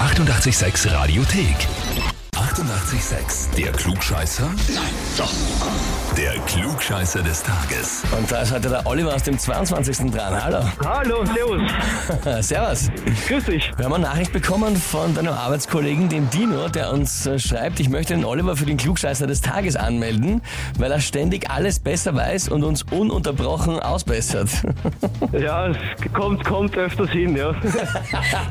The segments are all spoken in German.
886 Radiothek. 88,6. Der Klugscheißer? Nein, doch. Der Klugscheißer des Tages. Und da ist heute der Oliver aus dem 22. dran. Hallo. Hallo, Servus. Servus. Grüß dich. Wir haben eine Nachricht bekommen von deinem Arbeitskollegen, dem Dino, der uns äh, schreibt, ich möchte den Oliver für den Klugscheißer des Tages anmelden, weil er ständig alles besser weiß und uns ununterbrochen ausbessert. Ja, es kommt, kommt öfters hin, ja.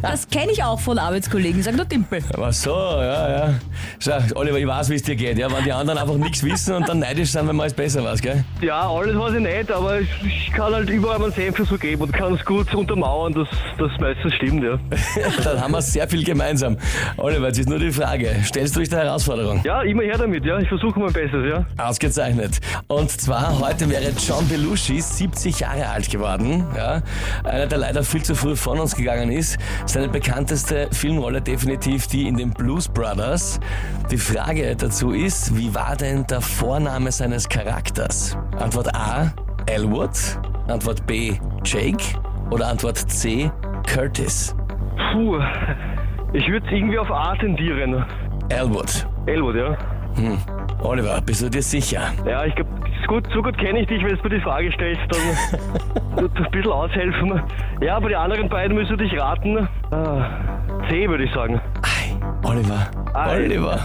Das kenne ich auch von Arbeitskollegen. Sag nur Dimpel. Aber so, ja, ja. Schau, Oliver, ich weiß, wie es dir geht. Ja, wenn die anderen einfach nichts wissen und dann neidisch sind, wenn man es besser weiß, gell? Ja, alles weiß ich nicht, aber ich, ich kann halt überall meinen Senf so geben und kann es gut untermauern, dass das meistens stimmt, ja. Dann haben wir sehr viel gemeinsam. Oliver, jetzt ist nur die Frage, stellst du dich der Herausforderung? Ja, immer her damit, ja. Ich versuche mein Bestes, ja. Ausgezeichnet. Und zwar heute wäre John Belushi 70 Jahre alt geworden. Ja? Einer, der leider viel zu früh von uns gegangen ist. Seine bekannteste Filmrolle definitiv die in den Blues Brothers. Die Frage dazu ist, wie war denn der Vorname seines Charakters? Antwort A, Elwood. Antwort B, Jake. Oder Antwort C, Curtis. Puh, ich würde irgendwie auf A tendieren. Elwood. Elwood, ja. Oliver, bist du dir sicher? Ja, ich glaube, gut, so gut kenne ich dich, wenn du die Frage stellst, dann wird ein bisschen aushelfen. Ja, bei den anderen beiden müsste dich raten. Ah, C würde ich sagen. Ei, Oliver. Ei. Oliver.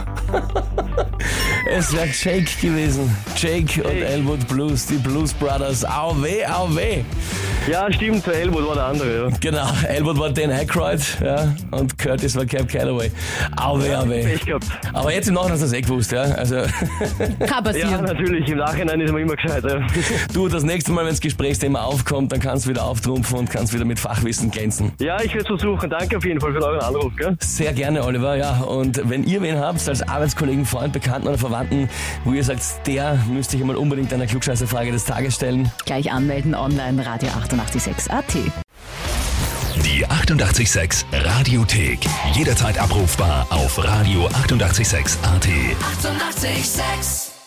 es wäre Jake gewesen. Jake und Jake. Elwood Blues, die Blues Brothers. Au weh, au weh. Ja, stimmt, der Elwood war der andere, ja. Genau, Elwood war Dan Aykroyd ja, und Curtis war Cap Calloway. Au weh, au weh. Pech gehabt. Aber jetzt im Nachhinein hast du es eh gewusst, ja. Also, Kann Ja, passieren. natürlich, im Nachhinein ist man immer gescheiter. du, das nächste Mal, wenn das Gesprächsthema aufkommt, dann kannst du wieder auftrumpfen und kannst wieder mit Fachwissen glänzen. Ja, ich werde versuchen. Danke auf jeden Fall für euren Anruf, gell? Sehr gerne, Oliver, ja. Und wenn ihr wen habt, als Arbeitskollegen, Freund, Bekannten oder Verwandten, wo ihr sagt, der müsste ich einmal unbedingt einer Klugscheißerfrage des Tages stellen, Gleich anmelden online Radio 886 AT. Die 88,6 Radiothek. Jederzeit abrufbar auf radio886.at. 88,6. Eighty-eight, sex.